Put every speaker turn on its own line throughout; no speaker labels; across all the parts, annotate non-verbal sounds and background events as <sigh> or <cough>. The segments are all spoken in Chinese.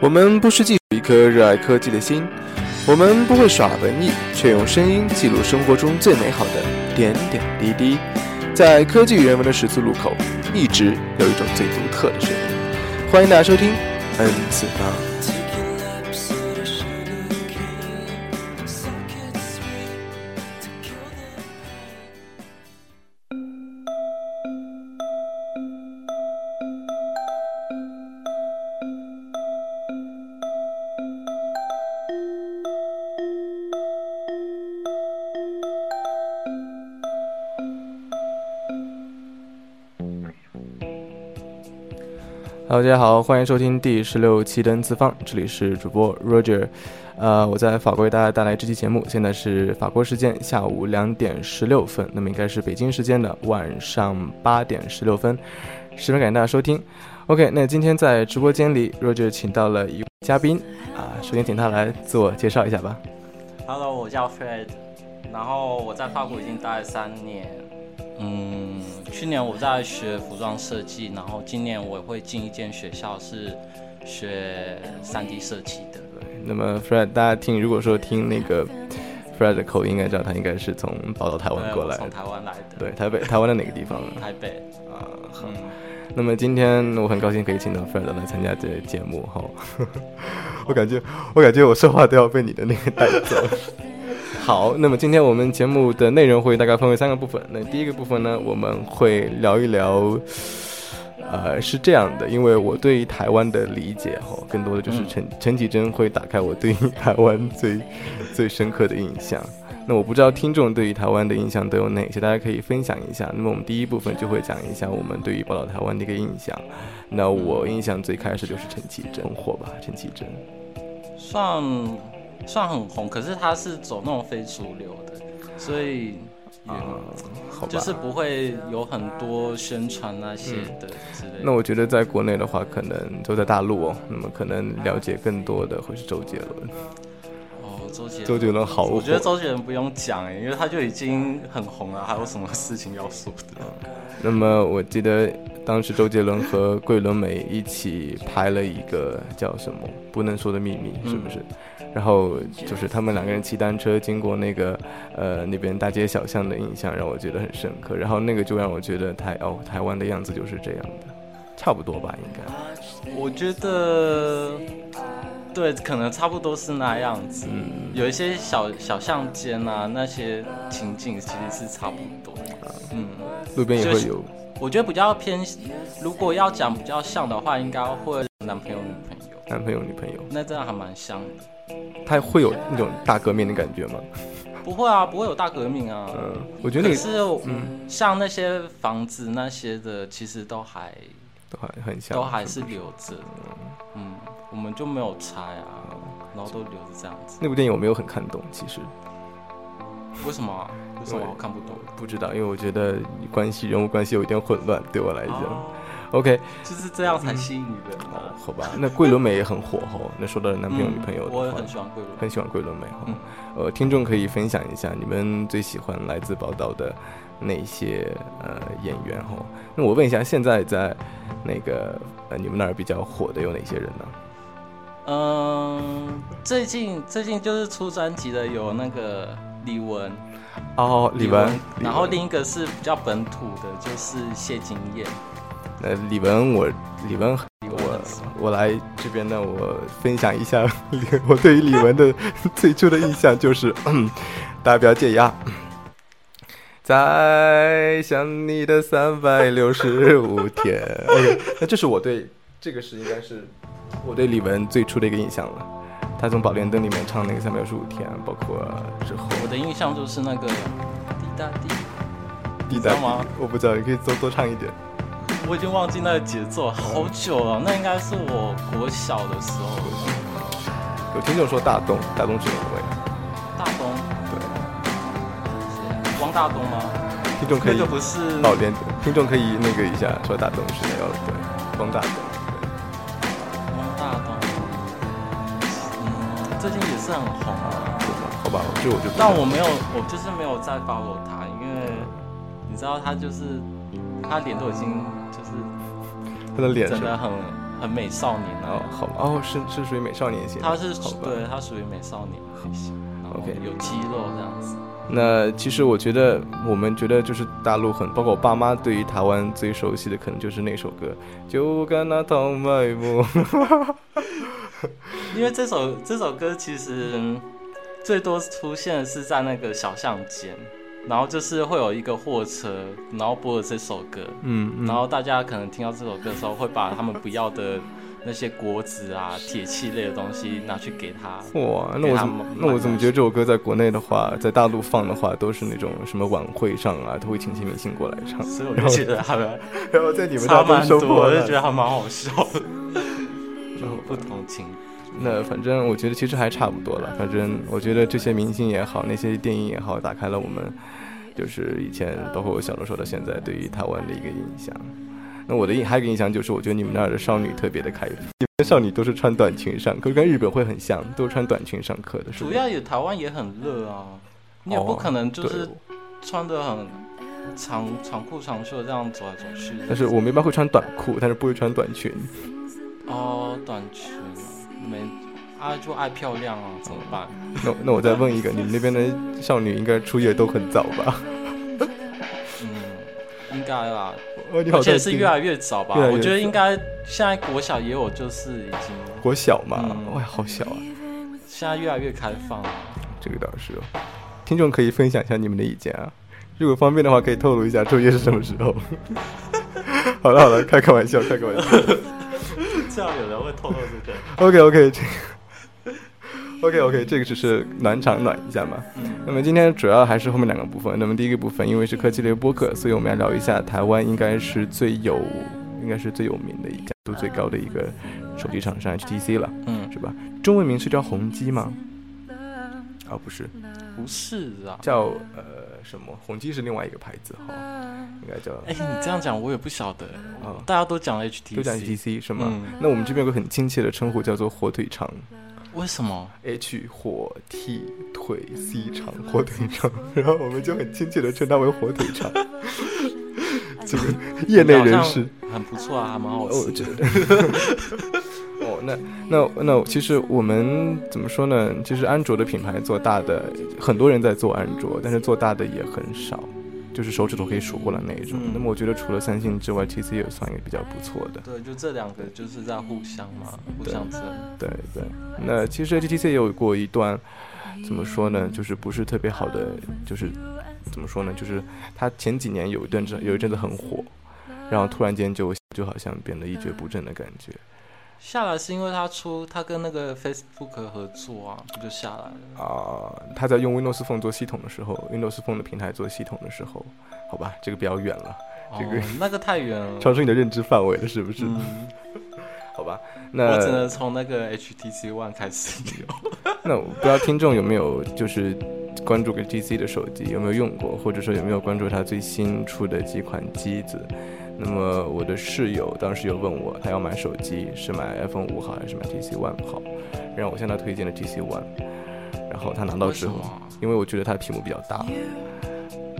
我们不失技术一颗热爱科技的心，我们不会耍文艺，却用声音记录生活中最美好的点点滴滴。在科技与人文的十字路口，一直有一种最独特的声音。欢迎大家收听 N 次方。Hello，大家好，欢迎收听第十六期的 N 次方，这里是主播 Roger，呃，我在法国为大家带来这期节目，现在是法国时间下午两点十六分，那么应该是北京时间的晚上八点十六分，十分感谢大家收听。OK，那今天在直播间里，Roger 请到了一位嘉宾啊，首先请他来自我介绍一下吧。
Hello，我叫 Fred，然后我在法国已经待了三年。嗯，去年我在学服装设计，然后今年我会进一间学校是学 3D 设计的。
那么 Fred，大家听，如果说听那个 Fred 的口音，应该知道他应该是从宝岛台湾
呃
过
我
来
从
的，
台湾来的，
对，台北台湾的哪个地方呢？
台北。
啊，好。
嗯，
那么今天我很高兴可以请到 Fred 来参加这节目哈， <laughs> 我感觉我感觉我说话都要被你的那个带走。好，那么今天我们节目的内容会大概分为三个部分。那第一个部分呢，我们会聊一聊，呃，是这样的，因为我对于台湾的理解哈，更多的就是陈、陈绮贞会打开我对于台湾最最深刻的印象。那我不知道听众对于台湾的印象都有哪些，大家可以分享一下。那么我们第一部分就会讲一下我们对于报道台湾的一个印象。那我印象最开始就是陈绮贞很火吧，陈绮贞，
算算很红，可是它是走那种非主流的，所以也
啊好吧。
就是不会有很多宣传那些的之类的。
那我觉得在国内的话，可能都在大陆哦，那么可能了解更多的会是周杰伦。
哦，周杰伦
周杰伦好火，
我觉得周杰伦不用讲欸，因为他就已经很红了，还有什么事情要说的？
那么我记得当时周杰伦和桂纶镁一起拍了一个叫什么《不能说的秘密》，是不是？
嗯
然后就是他们两个人骑单车经过那个呃那边大街小巷的印象让我觉得很深刻，然后那个就让我觉得台哦台湾的样子就是这样的，差不多吧应该。
啊我觉得，对，可能差不多是那样子。
嗯
有一些小小巷间啊，那些情景其实是差不多。嗯，
路边也
就
会
是
有
我觉得比较偏，如果要讲比较像的话，应该会男朋友女朋友，
男朋友女朋友，
那真的还蛮像的。
他会有那种大革命的感觉吗？
不会啊，不会有大革命啊。
嗯，我觉得
可
那个
是，嗯像那些房子那些的，其实都还
都还很像，
都还是留着，嗯，我们就没有拆啊，然后都留着这样子。
那部电影我没有很看懂，其实。
为什么啊、为什么我看不懂？
不知道，因为我觉得关系人物关系有点混乱，对啊我来讲。
哦
OK，
就是这样才吸引人啊！
好吧。那桂纶镁也很火吼。那说到男嗯朋友、女朋友的
嗯 <laughs> 我也
话
很喜欢桂纶。
很喜欢桂纶镁哈
嗯。
呃，听众可以分享一下你们最喜欢来自宝岛的那些呃演员哈。那我问一下，现在在那个呃你们那儿比较火的有哪些人呢？
嗯，最近最近就是出专辑的有那个李玟，
哦，李玟，李
然后
玟
另一个是比较本土的，就是谢金燕。
呃李玟我李玟
李玟
我
很喜欢
我来这边呢，我分享一下李 <laughs> 我对于李玟的 <laughs> 最初的印象就是， <clears throat> 大家不要介意啊。再想你的三百六十五天，哎，那这是我对这个是应该是我对李玟最初的一个印象了。她从《宝莲灯》里面唱那个三百六十五天，包括之后
我的印象就是那个滴答滴，
地
知道
带
吗，
我不知道，你可以多多唱一点。
我已经忘记那个节奏好久了，那应该是我国小的时候了。
有听众说大东，大东是哪位？
大东，
对，
是汪大东吗？
听众可
那
以
个不是
老哦连听众可以那个一下说大东是要对光大东，
汪大东，嗯，最近也是很红啊，
对吗？好吧，这我就不
但我没有，我就是没有再 follow 他，因为你知道他就是他脸都已经就是
他的脸
真
上
的很很美少年啊。
哦，好吧，哦，是是属于美少年型的，
他是
好吧
对，他属于美少年类型，然后
OK
有肌肉这样子。
那其实我觉得，我们觉得就是大陆很，包括我爸妈对于台湾最熟悉的，可能就是那首歌《就干那糖麦木》。
因为这首这首歌其实嗯最多出现的是在那个小巷间，然后就是会有一个货车，然后播了这首歌，
嗯，嗯
然后大家可能听到这首歌的时候，会把他们不要的那些锅子啊、铁器类的东西拿去给
<laughs>
他。
哇，那
给
我
他
怎么
们
那我怎么觉得
买
这首歌在国内的话，在大陆放的话，都是那种什么晚会上啊，都会请些明星过来唱，
所以我就觉得他们
然后在你们
差
那都
蛮
收
多，
获
我就
了
觉。得还蛮
<laughs>
好笑的，就不同情
那反正我觉得其实还差不多了，反正我觉得这些明星也好，那些电影也好，打开了我们就是以前包括我小的时候到现在对于台湾的一个印象。那我的印还有一个印象就是，我觉得你们那儿的少女特别的开放，你们的少女都是穿短裙上课，跟日本会很像，都是穿短裙上课的，是不
主
是？
要也台湾也很热啊，你也不
哦
可能就是
对
穿的很长长裤长袖这样走来走去。
但是我们一般会穿短裤，但是不会穿短裙。
哦，短裙没啊，就爱漂亮啊，怎么办？
那那我再问一个，你们那边的少女应该出夜都很早吧？ <laughs>
嗯，应该啦，
哦，你好
而
在
且
听，
是越来越早吧？
越来越
我觉得应该现在国小也有，就是已经
国小嘛，
嗯
哇，好小啊！
现在越来越开放了、
这个倒是哦，听众可以分享一下你们的意见啊。如果方便的话，可以透露一下周夜是什么时候。 <laughs> 好了好了，开个玩笑，开个玩笑。
这样有人会透露这个。
OK OK，这个 OK OK，这个只是暖场暖一下嘛。那么今天主要还是后面两个部分。那么第一个部分，因为是科技类播客，所以我们要聊一下台湾应该是最有，应该是最有名的一家度最高的一个手机厂商 HTC 了，
嗯，
是吧？中文名是叫宏基吗？啊，不是，
不是啊。
叫呃什么？宏基是另外一个牌子哈，应该叫
哎、你这样讲我也不晓得，
啊，
大家都讲 HTC，
都叫 HTC 是吗？
嗯
那我们这边有个很亲切的称呼叫做火腿肠。
为什么？
H 火 T 腿 C 肠火腿肠，然后我们就很亲切的称它为火腿肠。 <laughs> 这个业内人士，
很不错啊，还蛮好
哦
吃
这
的。
<laughs> 哦，那那那，其实我们怎么说呢？其实安卓的品牌做大的，很多人在做安卓，但是做大的也很少，就是手指头可以数过来那一种。
嗯
那么我觉得除了三星之外，TC 也算一个比较不错的。
对，就这两个就是在互相嘛，互
对
相争。
对对，那其实 HTC 也有过一段，怎么说呢，就是不是特别好的，就是怎么说呢，就是它前几年有一段子有一阵子很火，然后突然间就就好像变得一蹶不振的感觉。
下来是因为他出他跟那个 Facebook 合作啊，就下来了。
啊、他在用 Windows Phone 做系统的时候，Windows Phone 的平台做系统的时候，好吧，这个比较远了，这个 <laughs>
哦、那个太远了。
超出你的认知范围了，是不是？
嗯，
<laughs> 好吧，
我只
那
能从那个 HTC One
<laughs>
开始聊。
那我不知道听众有没有就是关注个 GC 的手机，有没有用过，或者说有没有关注它最新出的几款机子？那么我的室友当时有问我，他要买手机是买 iPhone 五好还是买 GC One 好，然后我向他推荐了 GC One，然后他拿到
为什
之后，
么
因为我觉得它的屏幕比较大，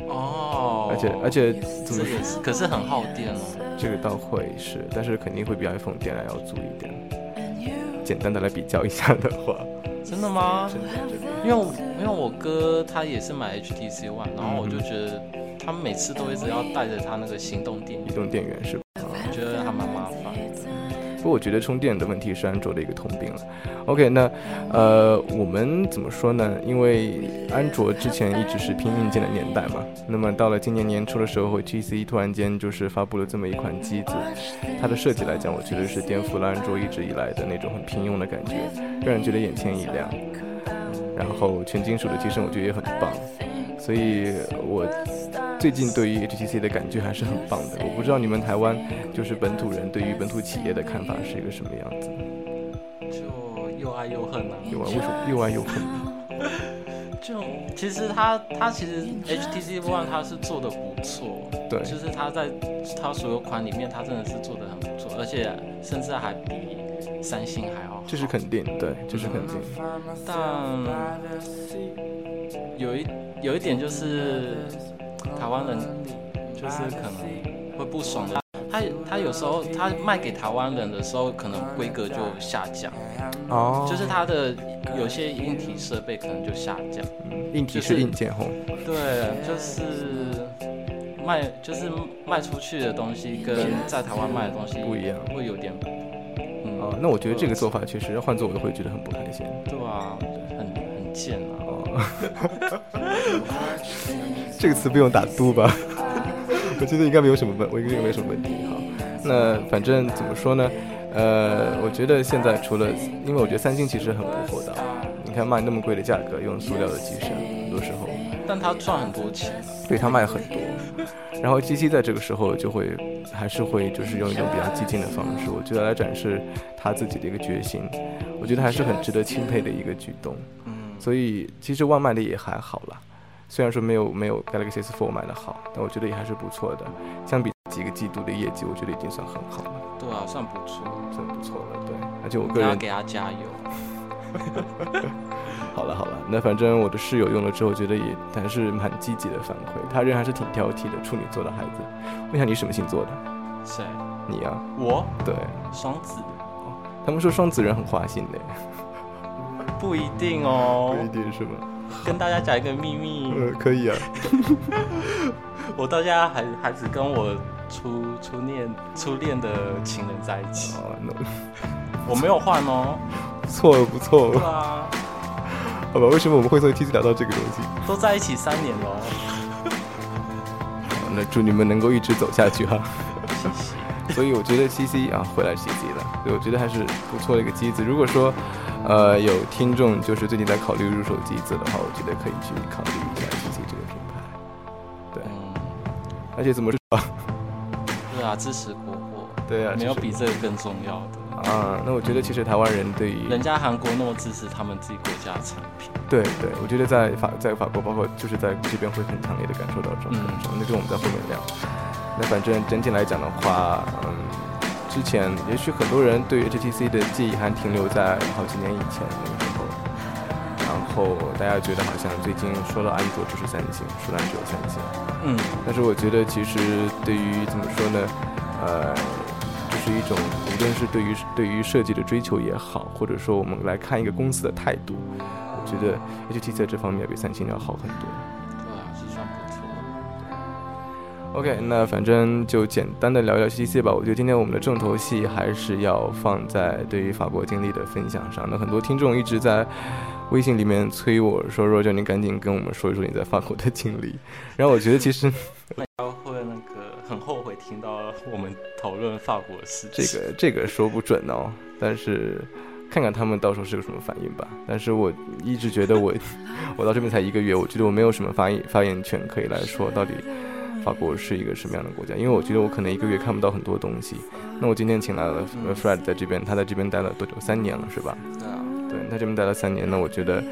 哦，
而且而且怎么
这也是，可是很耗电哦。
这个倒会是，但是肯定会比 iPhone 电量要足一点。简单的来比较一下的话，
真的吗？
真的真的
因为我因为我哥他也是买 HTC One，然后我就
嗯
觉得他每次都一直要带着他那个行动电
移
源，
动电源是吧？
我觉得还蛮麻烦的。
不过我觉得充电的问题是安卓的一个通病了。OK，那呃，我们怎么说呢？因为安卓之前一直是拼硬件的年代嘛，那么到了今年年初的时候，GC 突然间就是发布了这么一款机子，它的设计来讲，我觉得是颠覆了安卓一直以来的那种很平庸的感觉，让人觉得眼前一亮。然后全金属的机身，我觉得也很棒，所以我最近对于 HTC 的感觉还是很棒的。我不知道你们台湾就是本土人对于本土企业的看法是一个什么样子？
就又爱又恨啊。
有啊，为什么又爱又恨？
就其实它它其实 HTC One 它是做的不错，
对，
就是它在它所有款里面，它真的是做的很不错，而且甚至还比三星还要好。
这是肯定，对，这是肯定。
但有一有一点就是台湾人就是可能会不爽的，它它有时候它卖给台湾人的时候，可能规格就下降，
哦
就是它的有些硬体设备可能就下降。
硬体
就是
是硬件吼，
对，就是卖就是卖出去的东西跟在台湾卖的东西
不一样
会有点，嗯，
哦，那我觉得这个做法确实换做我会觉得很不开心。
对啊，很很贱啊。
哦这个词不用打嘟吧？ <laughs> 我觉得应该没有什么问，我应该没什么问题哈。那反正怎么说呢？呃，我觉得现在除了，因为我觉得三星其实很不厚道。你看卖那么贵的价格，用塑料的机身，很多时候
但他赚很多钱，
对它卖很多。然后 G 七在这个时候就会还是会就是用一种比较激进的方式，我觉得来展示他自己的一个决心，我觉得还是很值得钦佩的一个举动。
嗯，
所以其实万卖的也还好啦，虽然说没有没有 Galaxy S4 卖的好，但我觉得也还是不错的。相比几个季度的业绩，我觉得已经算很好了，
对啊，算不错，
算不错了。对，而且我个
你要
人
给他加油。
好了好了，那反正我的室友用了之后，觉得也还是蛮积极的反馈。他人还是挺挑剔的，处女座的孩子。问一下你什么星座的？
谁？
你啊？
我
对，
双子？
他们说双子人很花心的，
不一定哦。
定是吗？
跟大家讲一个秘密，
呃，可以啊。
我到现在还还只跟我初初恋初恋的情人在一起，
哦，那
我没有换哦。
错了不错
对，啊，
<laughs> 好吧？为什么我们会从 T 次聊到这个东西？
都在一起三年哦喽。
那祝你们能够一直走下去哈、
谢谢。
<laughs> 所以我觉得 CC 啊，回来 CC 了，对我觉得还是不错的一个机子。如果说，呃，有听众就是最近在考虑入手机子的话，我觉得可以去考虑一下 CC 这个品牌。对，
嗯，
而且怎么说？ <laughs>
对啊，支持国货。
对啊
没有
支持
比这个更重要的。
啊，那我觉得其实台湾人对于
人家韩国那么支持他们自己国家的产品，
对对，我觉得在法在法国，包括就是在这边会很强烈的感受到这种感受。那跟我们在后面聊。那反正整体来讲的话，嗯，之前也许很多人对 HTC 的记忆还停留在好几年以前那个时候，然后大家觉得好像最近说到安卓就是三星，说到安卓有三星。
嗯，
但是我觉得其实对于怎么说呢，呃，就是一种无论是对于对于设计的追求也好，或者说我们来看一个公司的态度，我觉得 HTC 在这方面比三星要好很多。
对啊，是算不错。
OK，那反正就简单的聊聊 HTC 吧。我觉得今天我们的重头戏还是要放在对于法国经历的分享上。那很多听众一直在微信里面催我说：“若就你赶紧跟我们说一说你在法国的经历。”然后我觉得其实
他会那个很后悔听到我们讨论法国的事
这
情。
个这个说不准哦，但是看看他们到时候是个什么反应吧。但是我一直觉得我 <laughs> 我到这边才一个月，我觉得我没有什么发言发言权可以来说到底法国是一个什么样的国家，因为我觉得我可能一个月看不到很多东西。那我今天请来了呃 Fred 在这边，他在这边待了多久？三年了是吧？
对啊，
对，他这边待了三年，那我觉得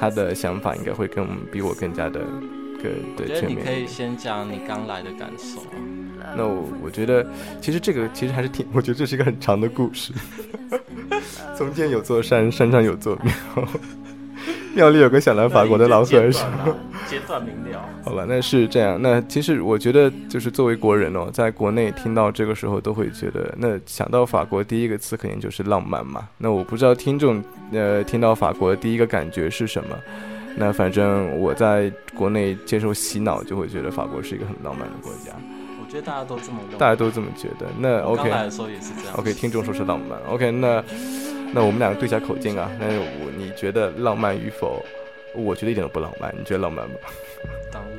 他的想法应该会跟我们比我更加的更
我
对
觉得
全
你
面
可。以先讲你刚来的感受啊。
那我我觉得，其实这个其实还是挺， <laughs> 我觉得这是一个很长的故事。从前有座山，山上有座庙，庙里有个想来法国的老和尚。
截短明了。
好吧，那是这样。那其实我觉得，就是作为国人哦，在国内听到这个时候都会觉得，那想到法国第一个词肯定就是浪漫嘛。那我不知道听众呃听到法国第一个感觉是什么。那反正我在国内接受洗脑，就会觉得法国是一个很浪漫的国家，
我觉得大家都这么认为。
大家都这么觉得。那
我
OK，
刚来的时候也是这样。
OK，听众说是浪漫。OK，那那我们两个对一下口径啊。那我你觉得浪漫与否？我觉得一点都不浪漫。你觉得浪漫吗？ <laughs>
当然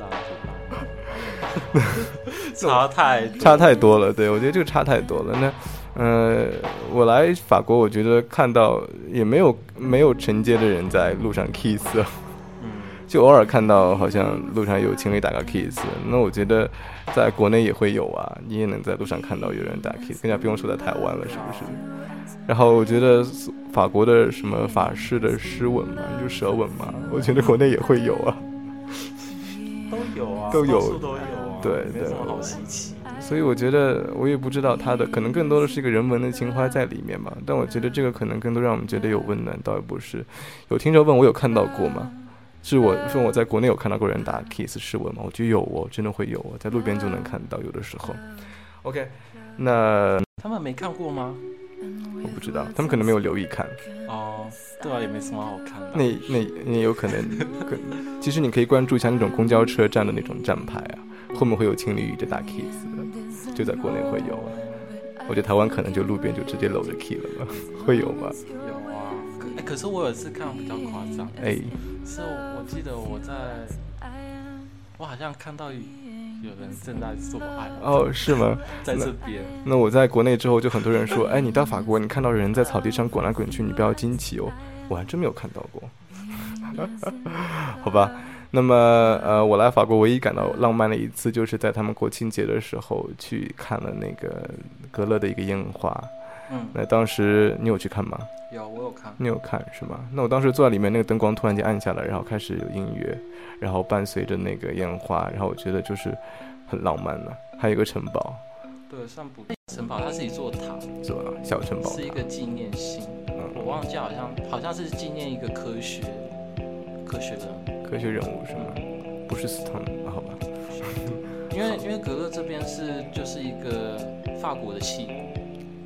就浪漫。差太多
差太多了，对我觉得这个差太多了。那呃，我来法国，我觉得看到也没有没有承接的人在路上 kiss，啊
嗯，
就偶尔看到好像路上有情侣打个 kiss。那我觉得在国内也会有啊，你也能在路上看到有人打 kiss，更加不用说在台湾了，是不是？然后我觉得法国的什么法式的诗吻嘛，就舌吻嘛，我觉得国内也会有啊。
都有啊，
都有
到处都有啊，
对
没
对
什么好稀奇。
所以我觉得我也不知道它的，可能更多的是一个人文的情怀在里面吧。但我觉得这个可能更多让我们觉得有温暖，倒也不是。有听众问我有看到过吗？是我问我在国内有看到过人打 kiss 试吻吗？我觉得有哦，真的会有哦，在路边就能看到，有的时候。OK，那
他们没看过吗？
我不知道，他们可能没有留意看。
哦，对啊，也没什么好看的。
那那那也有可能，可其实你可以关注一下那种公交车站的那种站牌啊，后面会有情侣一直打 kiss 的，就在国内会有啊。我觉得台湾可能就路边就直接搂着 kiss 了吧，会有吗？
有啊，可、哎可是我有一次看比较夸张，
哎，
是我记得我在，我好像看到有人正在做爱，
哦，是吗？
在这边，
那我在国内之后，就很多人说，哎，你到法国，你看到人在草地上滚来滚去，你不要惊奇哦。我还真没有看到过， <laughs> 好吧。那么，呃，我来法国唯一感到浪漫的一次，就是在他们国庆节的时候去看了那个格勒的一个烟花。
嗯，
那当时你有去看吗？
有我有看，
你有看是吗？那我当时坐在里面，那个灯光突然间暗下来，然后开始有音乐，然后伴随着那个烟花，然后我觉得就是很浪漫的、还有一个城堡，
对，算不城堡，它是一座塔，
是吧？小城堡
是一
塔
个纪念性，我
嗯，
忘记好像好像是纪念一个科学科学人，
科学人物是吗？不是斯坦，啊好吧？
因为因为格勒这边是就是一个法国的戏，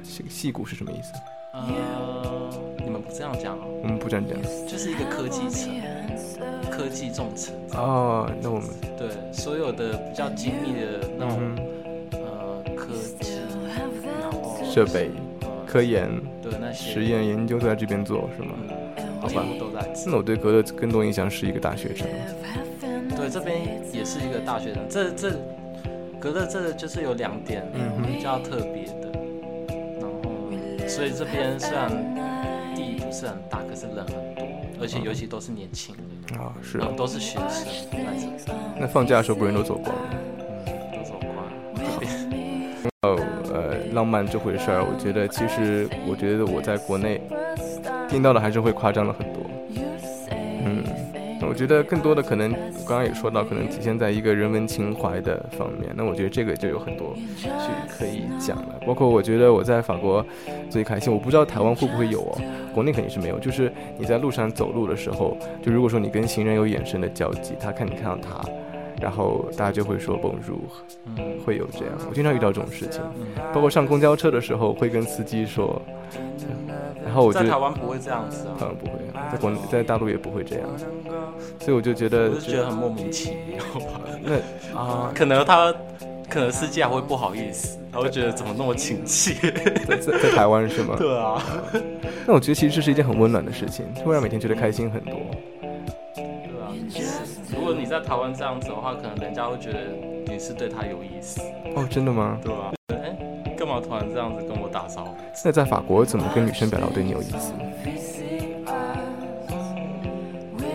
戏戏骨是什么意思？
呃，你们不这样讲哦，
我们不沾这样。
就是一个科技城，科技重城，
哦，那我们
对，所有的比较精密的那种、
嗯，
呃科技，然后
设备、
呃
科研、
对那些
实，验、研究都在这边做是吗？
嗯，
好吧
几乎都在这。
那我对格勒更多印象是一个大学城，
对，这边也是一个大学生。这这隔着这就是有两点
嗯哼
比较特别的，然后所以这边虽然地不是很大，可是人很多，而且尤其都是年轻人，
啊，是
然后都是学生，那种
那放假的时候不是人都走光了？
嗯都走光。
哦，呃，浪漫这回事儿，我觉得其实我觉得我在国内听到的还是会夸张了很多。嗯，那我觉得更多的可能，我刚刚也说到，可能体现在一个人文情怀的方面。那我觉得这个就有很多去可以讲了。包括我觉得我在法国最开心，我不知道台湾会不会有哦，国内肯定是没有。就是你在路上走路的时候，就如果说你跟行人有眼神的交集，他看你看到他，然后大家就会说 Bonjour。
嗯
会有这样，我经常遇到这种事情，
嗯，
包括上公交车的时候会跟司机说，然后我就
在台湾不会这样子啊
好，像不会，在国内在大陆也不会这样，所以我就觉得
我就觉得很莫名其妙吧。
<laughs>
<laughs>
那啊，
可能他可能司机还会不好意思，然后觉得怎么那么亲切？ <laughs>
在在在台湾是吗？
对啊，
那我觉得其实这是一件很温暖的事情，会让每天觉得开心很多。
对啊，如果你在台湾这样子的话，可能人家会觉得你是对他有意思，
哦，真的吗？
对吧、啊？哎、干嘛突然这样子跟我打招呼？
那在法国怎么跟女生表达我对你有意思？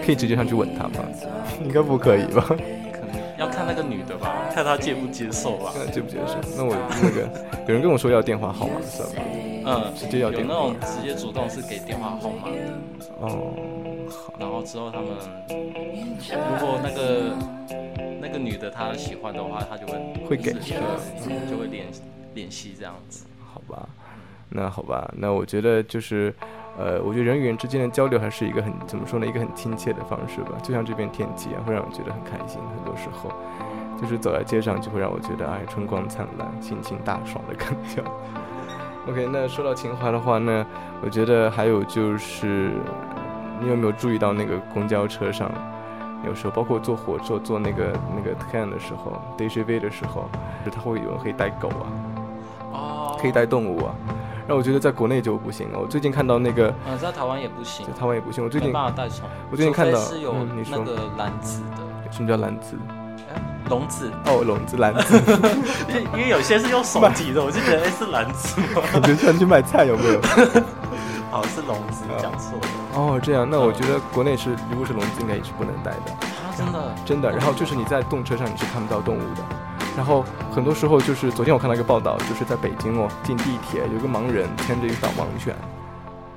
可以直接上去吻她吗？应该不可以吧？
可能要看那个女的吧，看她接不接受吧。
<laughs> 那接不接受？那我那个有人跟我说要电话号码，算了。
嗯，
直接要
有
电
那
话
种直接主动是给电话号码的，
哦，
然后之后他们如果那个那个女的她喜欢的话，她就会
会给
就是就会联联系这样子。
好吧，那好吧，那我觉得就是，呃，我觉得人与人之间的交流还是一个很怎么说呢，一个很亲切的方式吧。就像这边天气啊，会让我觉得很开心。很多时候，就是走在街上就会让我觉得哎，春光灿烂，心情大爽的感觉。OK，那说到情怀的话呢，我觉得还有就是，你有没有注意到那个公交车上，有时候包括坐火车、坐那个那个 train 的时候，DJV 的时候，就它会有人可以带狗啊。
哦，
可以。带动物啊。那我觉得在国内就不行了。我最近看到那个，
嗯，在台湾也不行
在，台湾也不行。我最
没
近
办法带宠物。
我最近看到
除非是有
嗯你说
那个篮子的。
什么叫篮子？
哎笼子，
哦，笼子篮子， <laughs>
因为因为有些是用手提的，我就觉得哎是篮子吗？
感觉像去买菜有没有？ <laughs>
好是笼子，讲错了。
哦，这样，那我觉得国内是如果是笼子，应该也是不能带的，
啊，真的，
真的。然后就是你在动车上你是看不到动物的。然后很多时候就是昨天我看到一个报道，就是在北京哦，进地铁有个盲人牵着一导盲犬，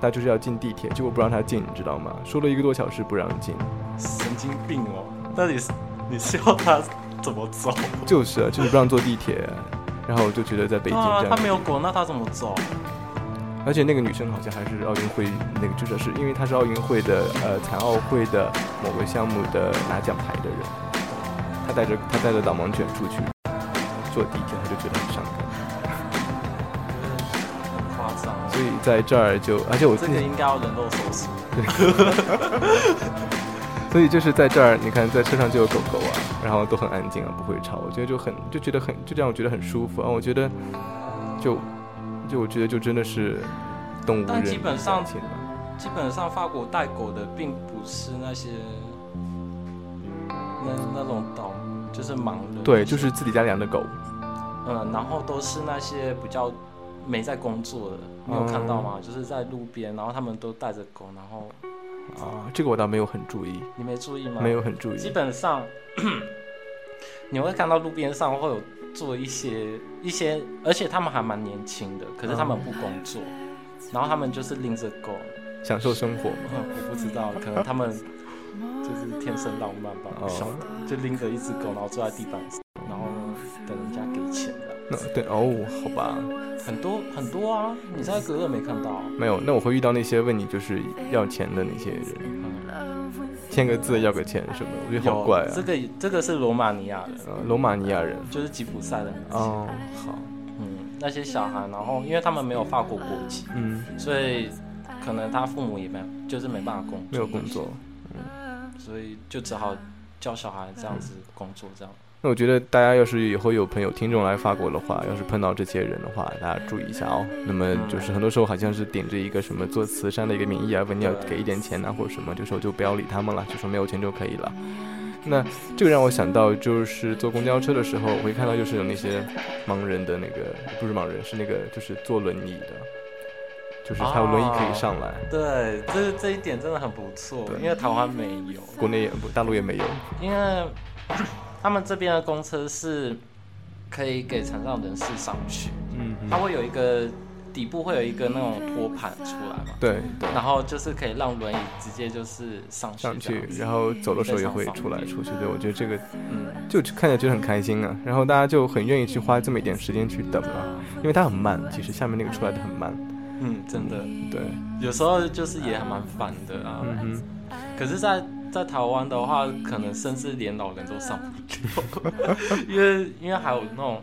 他就是要进地铁，结果不让他进，你知道吗？说了一个多小时不让进。
神经病哦！那你是你是要他怎么走？
就是啊，就是不让坐地铁。然后我就觉得在北
对
京这
啊
样，子，
他没有狗，那他怎么走？
而且那个女生好像还是奥运会那个，就是是因为她是奥运会的呃残奥会的某个项目的拿奖牌的人，她带着她带着导盲犬出去坐地铁，她就觉得很伤感。所以在这儿就，而且我
这
自
个
己，
应该要人肉搜索。
所以就是在这儿，你看在车上就有狗狗啊，然后都很安静啊，不会吵，我觉得就很就觉得很就这样，我觉得很舒服啊，我觉得就就我觉得就真的是动物
但
人
基本上
相亲吧
基本上法国带狗的并不是那些那那种导，就是盲人。
对，就是自己家养的狗，
嗯，然后都是那些比较没在工作的，你有看到吗？
嗯
就是在路边，然后他们都带着狗，然后
啊，这个我倒没有很注意，
你没注意吗？
没有很注意
基。本上 <clears throat> 你会看到路边上会有做一些一些，而且他们还蛮年轻的，可是他们不工作，
哦
然后他们就是拎着狗，
享受生活嘛。
嗯我不知道，可能他们就是天生浪漫吧，
哦
熊就拎着一只狗，然后坐在地板上，然后等人家给钱的，
那对哦，好吧，
很多很多啊，你在隔热没看到啊、
没有。那我会遇到那些问你就是要钱的那些人，
嗯，
签个字要个钱什么的，我觉得好
有
怪啊
这。个这个是罗马尼亚人，
呃，罗马尼亚人。
就是吉普赛人，
哦，好，
嗯，那些小孩，然后因为他们没有法国国籍，
嗯，
所以可能他父母也没就是没办法工作，
没有工，作。
所以就只好教小孩这样子工作，这样。
那我觉得大家要是以后有朋友听众来法国的话，要是碰到这些人的话，大家注意一下哦。那么就是很多时候好像是顶着一个什么做慈善的一个名义啊，问你要给一点钱啊或者什么，这时候就不要理他们了，就说没有钱就可以了。那这个让我想到，就是坐公交车的时候，我会看到就是有那些盲人的那个不是盲人，是那个就是坐轮椅的，就是还有轮椅可以上来，
哦对，这这一点真的很不错，
对
因为台湾没有，
国内也不大陆也没有。
因为他们这边的公车是可以给残障人士上去，
嗯，
它会有一个底部会有一个那种托盘出来嘛，
对对，
然后就是可以让轮椅直接就是上去
上
这样
去，
子，
然后走的时候也会出来出去。对，我觉得这个
嗯，
就看着觉得很开心啊，然后大家就很愿意去花这么一点时间去等啊，因为它很慢，其实下面那个出来的很慢，
嗯，真的，
对，
有时候就是也还蛮烦的啊。
嗯哼，
可是在，在台湾的话，可能甚至连老人都上不了， <laughs> 因为因为还有那种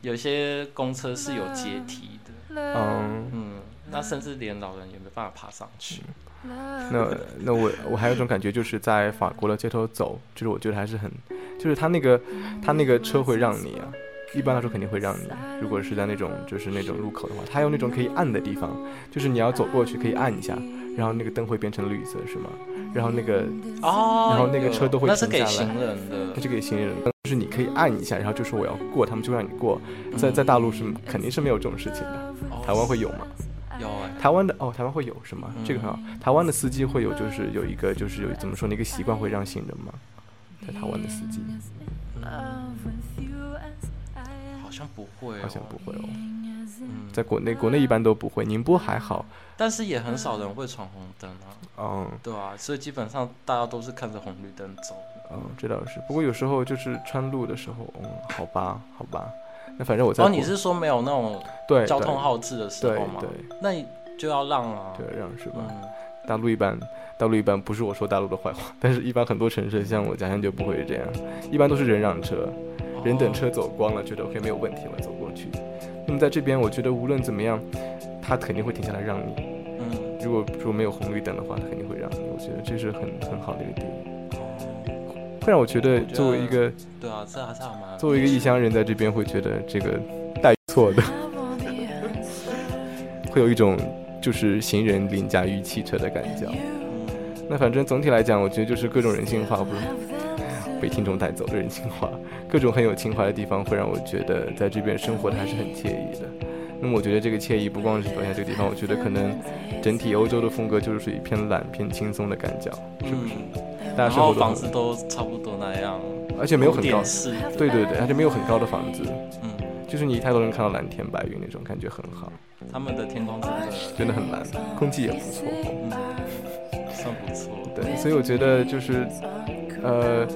有些公车是有阶梯的，
嗯，
嗯，那甚至连老人也没办法爬上去。
那那我我还有一种感觉，就是在法国的街头走，就是我觉得还是很，就是它那个它那个车会让你啊。一般来说肯定会让你，如果是在那种就是那种路口的话，它有那种可以按的地方，就是你要走过去可以按一下，然后那个灯会变成绿色，是吗？然后那个
哦，
然后那个车都会
那是
停下
给
来
行人的
它，这个也行人，就是你可以按一下，然后就说我要过，他们就会让你过。在在大陆是肯定是没有这种事情的，
哦
台湾会有吗？
有哎、
台湾的哦，台湾会有什么？这个很好。
嗯
台湾的司机会有，就是有一个就是有怎么说呢，一个习惯会让行人吗？在台湾的司机
好像不会、哦，
好像不，会哦， <laughs>
嗯，
在国内国内一般都不会，宁波还好，
但是也很少人会闯红灯啊，
嗯
对啊，所以基本上大家都是看着红绿灯走。
嗯，这倒是。不过有时候就是穿路的时候，嗯，好吧好吧，那反正我在
然
国
哦后你是说没有那种
对
交
对
通号志的时
对
候吗？
对
那你就要让啊。
对，让是吧？
嗯，
大陆一般，大陆一般不是我说大陆的坏话， <laughs> 但是一般很多城市像我家乡就不会这样，一般都是人让车，人等车走光了，觉得 OK 没有问题，我走过去。那么在这边，我觉得无论怎么样，他肯定会停下来让你。
嗯，
如果说没有红绿灯的话，他肯定会让你。我觉得这是很很好的一个点，
哦，
会让我觉得
我觉得
作为一个
对啊，这还是还蛮
作为一个异乡人在这边会觉得这个待遇错的，会有一种就是行人凌驾于汽车的感觉。
嗯
那反正总体来讲，我觉得就是各种人性化，不是被听众带走的人性化，各种很有情怀的地方，会让我觉得在这边生活的还是很惬意的。那么我觉得这个惬意不光是表现在这个地方，我觉得可能整体欧洲的风格就是属于偏懒、偏轻松的感觉，是不是？
嗯，
大家
然
生
后
活都
房
很
子，都差不多那样，
而且没有很
古
高
典，式的，
对对对，而且没有很高的房子，
嗯，
就是你一抬头能看到蓝天白云那种感觉很好，
他们的天空真的
真的很蓝，空气也不错。
嗯算不错，
对，所以我觉得就是，呃，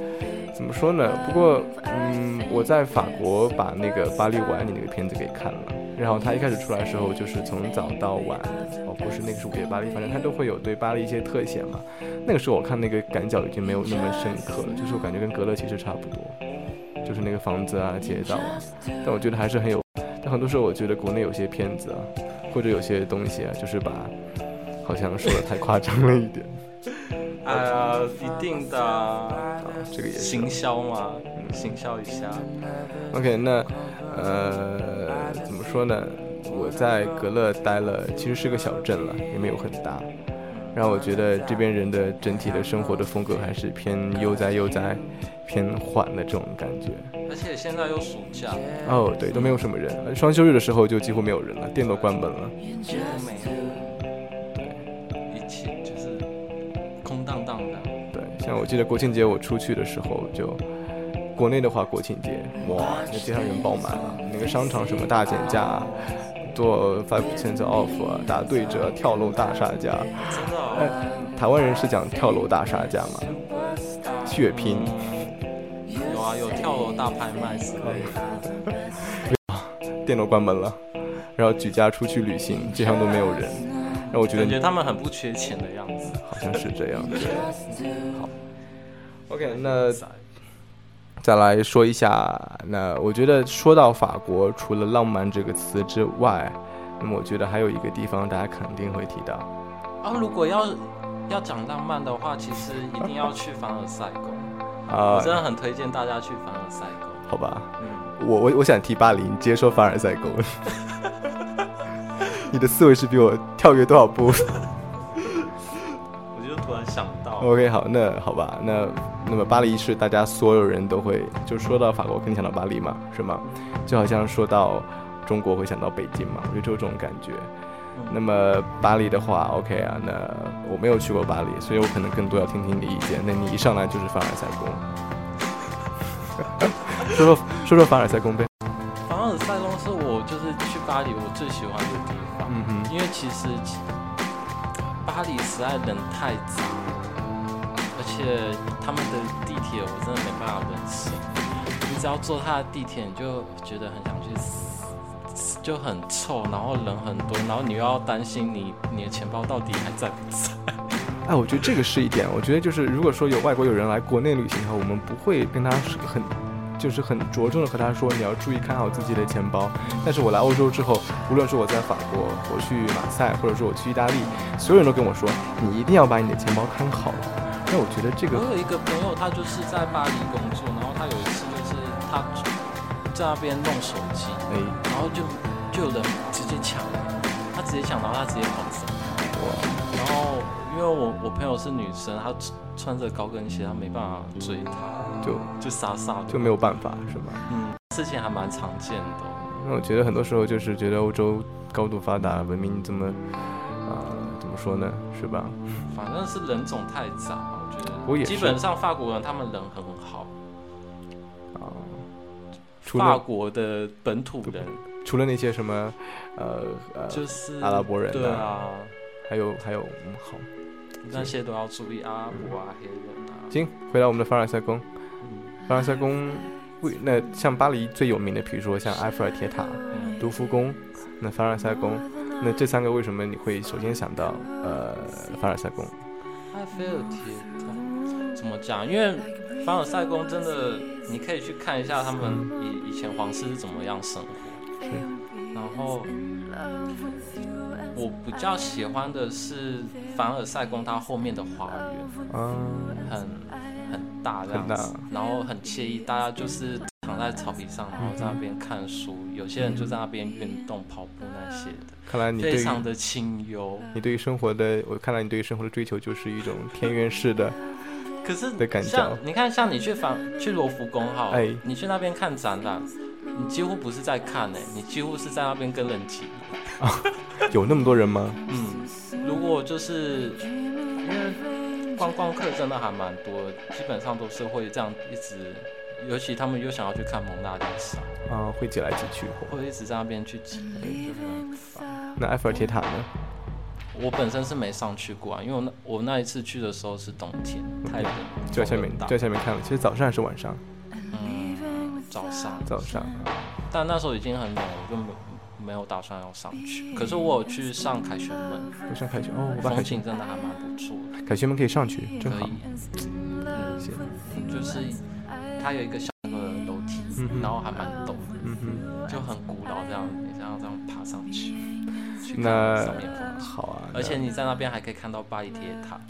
怎么说呢？不过，嗯，我在法国把那个《巴黎我爱你》那个片子给看了，然后它一开始出来的时候，就是从早到晚，哦，不是那个是午夜巴黎，反正它都会有对巴黎一些特写嘛。那个时候我看那个感脚已经没有那么深刻了，就是我感觉跟格勒其实差不多，就是那个房子啊、街道啊，但我觉得还是很有。但很多时候我觉得国内有些片子啊，或者有些东西啊，就是把好像说的太夸张了一点。
呃，一定的啊
啊，这个也是
行销嘛，行销一下。
OK，那呃，怎么说呢？我在格勒待了，其实是个小镇了，也没有很大。然后我觉得这边人的整体的生活的风格还是偏悠哉悠哉、偏缓的这种感觉。
而且现在又暑假，
哦，对，都没有什么人。呃双休日的时候就几乎没有人了，店都关门了。
几乎没有，一起就是空荡荡的。
对，像我记得国庆节我出去的时候就。国内的话，国庆节哇，那街上人爆满了，那个商场什么大减价啊，做 five percent off 啊，打对折、跳楼大杀价，
真的、哦，
台湾人是讲跳楼大杀价吗？血拼，
嗯有啊，有跳楼大拍卖之类的。
店都关门了，然后举家出去旅行，街上都没有人，让我觉得
感觉
你
他们很不缺钱的样子。
好像是这样。
<laughs>
对，好，OK，那
呃
再来说一下，那我觉得说到法国，除了浪漫这个词之外，那么我觉得还有一个地方大家肯定会提到，
啊，如果要要讲浪漫的话，其实一定要去凡尔赛宫。
啊、
我真的很推荐大家去凡尔赛宫。
好吧，
嗯，
我我我想提巴黎，你直接说凡尔赛宫。 <laughs> 你的思维是比我跳跃多少步？
我就突然想到，
OK，好，那好吧，那那么巴黎是大家所有人都会，就说到法国肯定想到巴黎嘛，是吗？就好像说到中国会想到北京嘛，我觉得就有这种感觉。那么巴黎的话，OK 啊，那我没有去过巴黎，所以我可能更多要听听你的意见。那你一上来就是凡尔赛宫， <laughs> 说说说说凡尔赛宫呗。
凡尔赛宫是我就是去巴黎我最喜欢的地方，
嗯哼，
因为其实其巴黎实在人太杂，而且他们的地铁我真的没办法忍受。你只要坐他的地铁，你就觉得很想去死，就很臭，然后人很多，然后你又要担心你你的钱包到底还在不在。
哎，我觉得这个是一点。我觉得就是，如果说有外国友人来国内旅行的话，我们不会跟他是很，就是很着重的和他说你要注意看好自己的钱包。但是我来欧洲之后，无论是我在法国，我去马赛，或者说我去意大利，所有人都跟我说，你一定要把你的钱包看好。那我觉得这个
我有一个朋友，他就是在巴黎工作，然后他有一次就是他在那边弄手机，
哎，
然后就就有人直接抢，他直接抢，然后他直接跑走。
我
然后因为我我朋友是女生，她穿穿着高跟鞋，她没办法追他，
就
就傻傻的。
就没有办法，是吗？
嗯，事情还蛮常见的。
那我觉得很多时候就是觉得欧洲高度发达，文明这么，啊、怎么说呢，是吧？
反正是人种太杂，我觉得。
我也是
基本上法国人他们人很好，
啊、除
法
了
国的本土人
除了那些什么，呃呃，
就是
阿拉伯人啊
对啊，
还有还有，嗯，好，
那些都要注意阿拉伯啊、黑人啊。
行，回到我们的凡尔赛宫。
嗯
凡尔赛宫，为那像巴黎最有名的，比如说像埃菲尔铁塔、
嗯
卢浮宫，那凡尔赛宫，那这三个为什么你会首先想到呃凡尔赛宫？
埃菲尔铁塔怎么讲？因为凡尔赛宫真的，你可以去看一下他们以以前皇室是怎么样生活。
是
然后我比较喜欢的是凡尔赛宫它后面的花园，
啊，
很很大这样
很
子
大，
然后很惬意，大家就是躺在草皮上，然后在那边看书，有些人就在那边运动、跑步那些的，
看来嗯你对于
非常的清幽。
你对于生活的，我看来你对于生活的追求就是一种田园式的，
可是
的感觉
像你看，像你去凡去罗浮宫好了，
哎
你去那边看展览，你几乎不是在看哎、你几乎是在那边跟人挤。
有那么多人吗？
嗯，如果就是因为观光客真的还蛮多，基本上都是会这样一直，尤其他们又想要去看蒙娜丽莎，
啊，会挤来挤去。
会一直在那边去挤，就是很烦。
那埃菲尔铁塔呢？
我本身是没上去过啊，因为我那我那一次去的时候是冬天，太冷，
嗯就在下面
风很
就
大
在下面看了。其实早上还是晚上？
嗯，早上。
早上。
但那时候已经很冷，我就没没有打算要上
哎
去。可是我有去上凯旋门，
我上凯旋哦，我把凯
嗯
旋
风景真的还蛮不错的，
凯旋门可以上去，真
可
好
以。。嗯，就是它有一个小那个楼梯，
嗯哼
然后还蛮陡的，
嗯哼，
就很古老这样，你这样这样爬上去，去去看
那
扫面风景。
好啊，
而且你在那边还可以看到巴黎铁塔，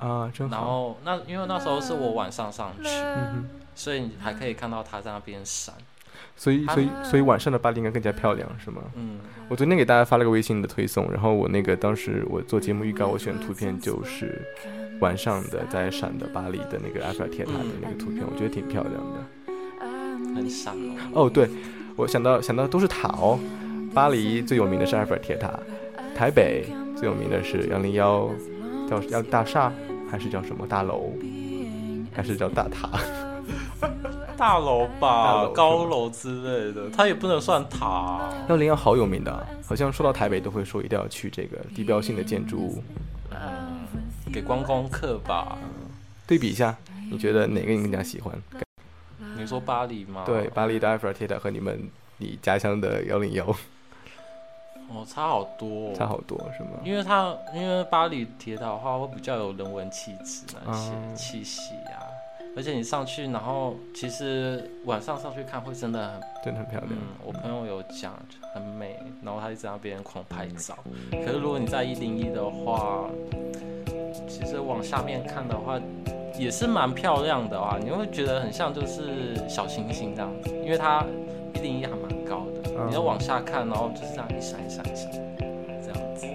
那啊，真
然
好，
后那因为那时候是我晚上上去，
嗯
所以你还可以看到它在那边闪。
哼，所以
它
所以所以晚上的巴黎应该更加漂亮，是吗？
嗯，
我昨天给大家发了个微信的推送，然后我那个当时我做节目预告，我选的图片就是晚上的在闪的巴黎的那个埃菲尔铁塔的那个图片，我觉得挺漂亮的。
很闪哦。
哦，对，我想到想到都是塔哦，巴黎最有名的是埃菲尔铁塔，台北最有名的是幺零幺，叫叫大厦还是叫什么大楼，还是叫 <laughs> 大塔？
大楼吧，
大楼
高楼之类的，它也不能算塔啊、
幺零幺好有名的啊，好像说到台北都会说一定要去这个地标性的建筑物。
给观光客吧。
对比一下，你觉得哪个你更加喜欢？
你说巴黎吗？
对，，巴黎的埃菲尔铁塔和你们你家乡的嗯幺零幺
哦，差好多、
差。好多，是吗？
因为它因为巴黎铁塔的话会比较有人文气质那些
嗯
气息啊，而且你上去，然后其实晚上上去看会真的很，
真的很漂亮
嗯。，我朋友有讲很美，然后他一直让别人狂拍照。可是如果你在一零一的话，其实往下面看的话。也是蛮漂亮的啊，你会觉得很像就是小星星这样子，因为它一零一还蛮高的，
嗯
你要往下看，然后就是这样一闪一闪一闪这样子。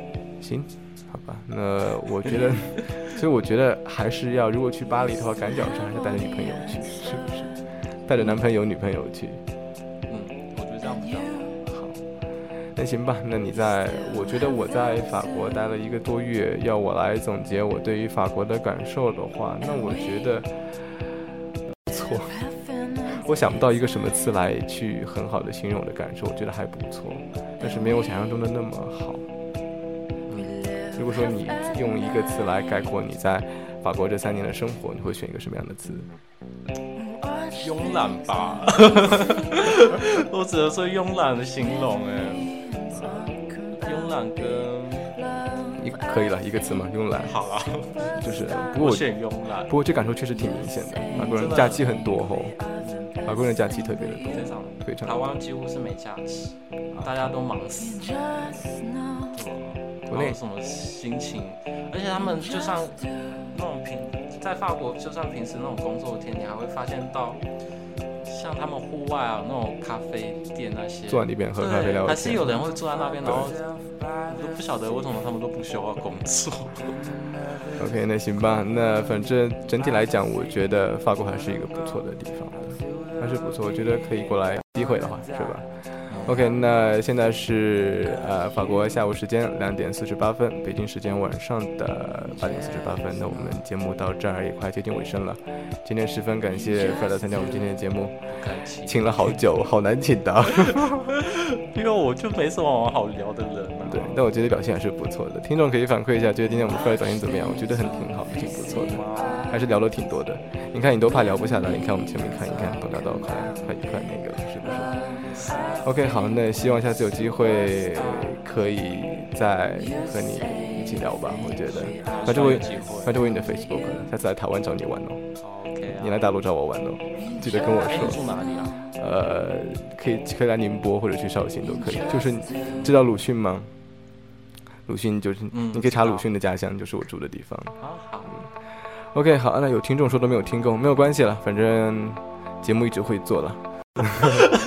行，好吧，那我觉得， <laughs> 所以我觉得还是要，如果去巴黎的话，赶脚上还是带着女朋友去，是不是？带着男朋友、女朋友去。
嗯，我觉得这样比较好。
好，那行吧，那你在，我觉得我在法国待了一个多月，要我来总结我对于法国的感受的话，那我觉得不错。我想不到一个什么词来去很好的形容我的感受，我觉得还不错，但是没有我想象中的那么好。如果说你用一个词来概括你在法国这三年的生活，你会选一个什么样的词？
慵懒吧， <laughs> 我只能说慵懒的形容哎，慵懒跟
一可以了，一个词嘛，慵懒，
好啦，
就是。不过
我
我
选慵懒
不，过这感受确实挺明显的，法国人假期很多吼、法国人假期特别的
非
多，
常
非常
台湾几乎是没假期，
啊
大家都忙死。
国
没
内
有什么心情，而且他们就像那种平在法国，就算平时那种工作天，你还会发现到像他们户外啊那种咖啡店那些，
坐在那边喝
对，
咖啡聊
还是
天
有。人会坐在那边，然后我都不晓得为什么他们都不需要工作。
OK，那行吧，那反正整体来讲，我觉得法国还是一个不错的地方的，还是不错，我觉得可以过来，机会的话是吧？OK，那现在是呃法国下午时间两点四十八分，北京时间晚上的八点四十八分。那我们节目到这儿也快接近尾声了，今天十分感谢 f r e d 参加我们今天的节目，
感情，
请了好久，好难请的。 <laughs>
因为我就没什么好聊的人啊。
对，但我觉得表现还是不错的。听众可以反馈一下，觉得今天我们出来表现怎么样？我觉得很挺好，挺不错的，还是聊了挺多的。你看你都怕聊不下来，你看我们前面看一看，都聊到快快快那个，是不是？OK，好，那希望下次有机会可以再和你一起聊吧。我觉得，反正我
有机会
反正我有你的 Facebook，下次来台湾找你玩哦，
好，OK 啊。
你来大陆找我玩哦，记得跟我
哎，
说
你。住哪里啊？
呃，可以可以来宁波或者去绍兴都可以。就是你知道鲁迅吗？鲁迅就是、
嗯
你可以查
知道
鲁迅的家乡，就是我住的地方。
啊，好，
OK，好，那有听众说都没有听够，没有关系了，反正节目一直会做了。 <laughs>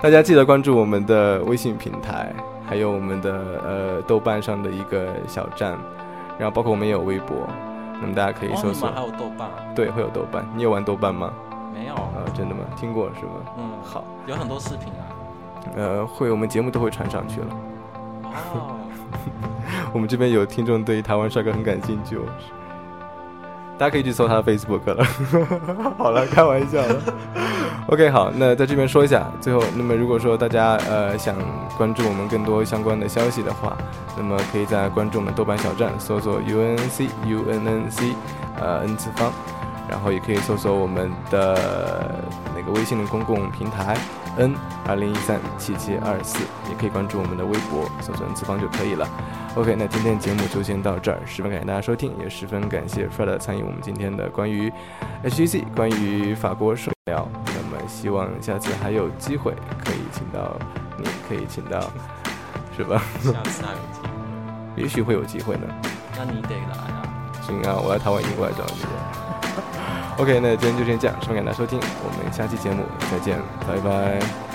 大家记得关注我们的微信平台，还有我们的呃豆瓣上的一个小站，然后包括我们也有微博，那么大家可以
哦，
搜
你
索
们。还有豆瓣啊？
对，会有豆瓣。你有玩豆瓣吗？
没有，
啊、真的吗？听过是吗？
嗯，
好。
有很多视频啊。
呃，会我们节目都会传上去了。
哦，
<laughs> 我们这边有听众对台湾帅哥很感兴趣，我是大家可以去搜他的 Facebook 了。 <laughs> 好了，开玩笑了。OK，好，那在这边说一下，最后，那么如果说大家呃想关注我们更多相关的消息的话，那么可以在关注我们豆瓣小站，搜索 UNC UNNC 呃 n 次方，然后也可以搜索我们的那个微信的公共平台 N 二零一三七七二四，也可以关注我们的微博，搜索 n 次方就可以了。OK，那今天节目就先到这儿，十分感谢大家收听，也十分感谢 Fred 参与我们今天的关于 HEC 关于法国手聊。那么希望下次还有机会可以请到你，可以请到是吧？ <laughs>
下次还有机会，
也许会有机会呢。
那你得来啊！
行啊，我来台湾移过来找你的。OK，那今天就先这样，非常感谢大家收听，我们下期节目再见，拜拜。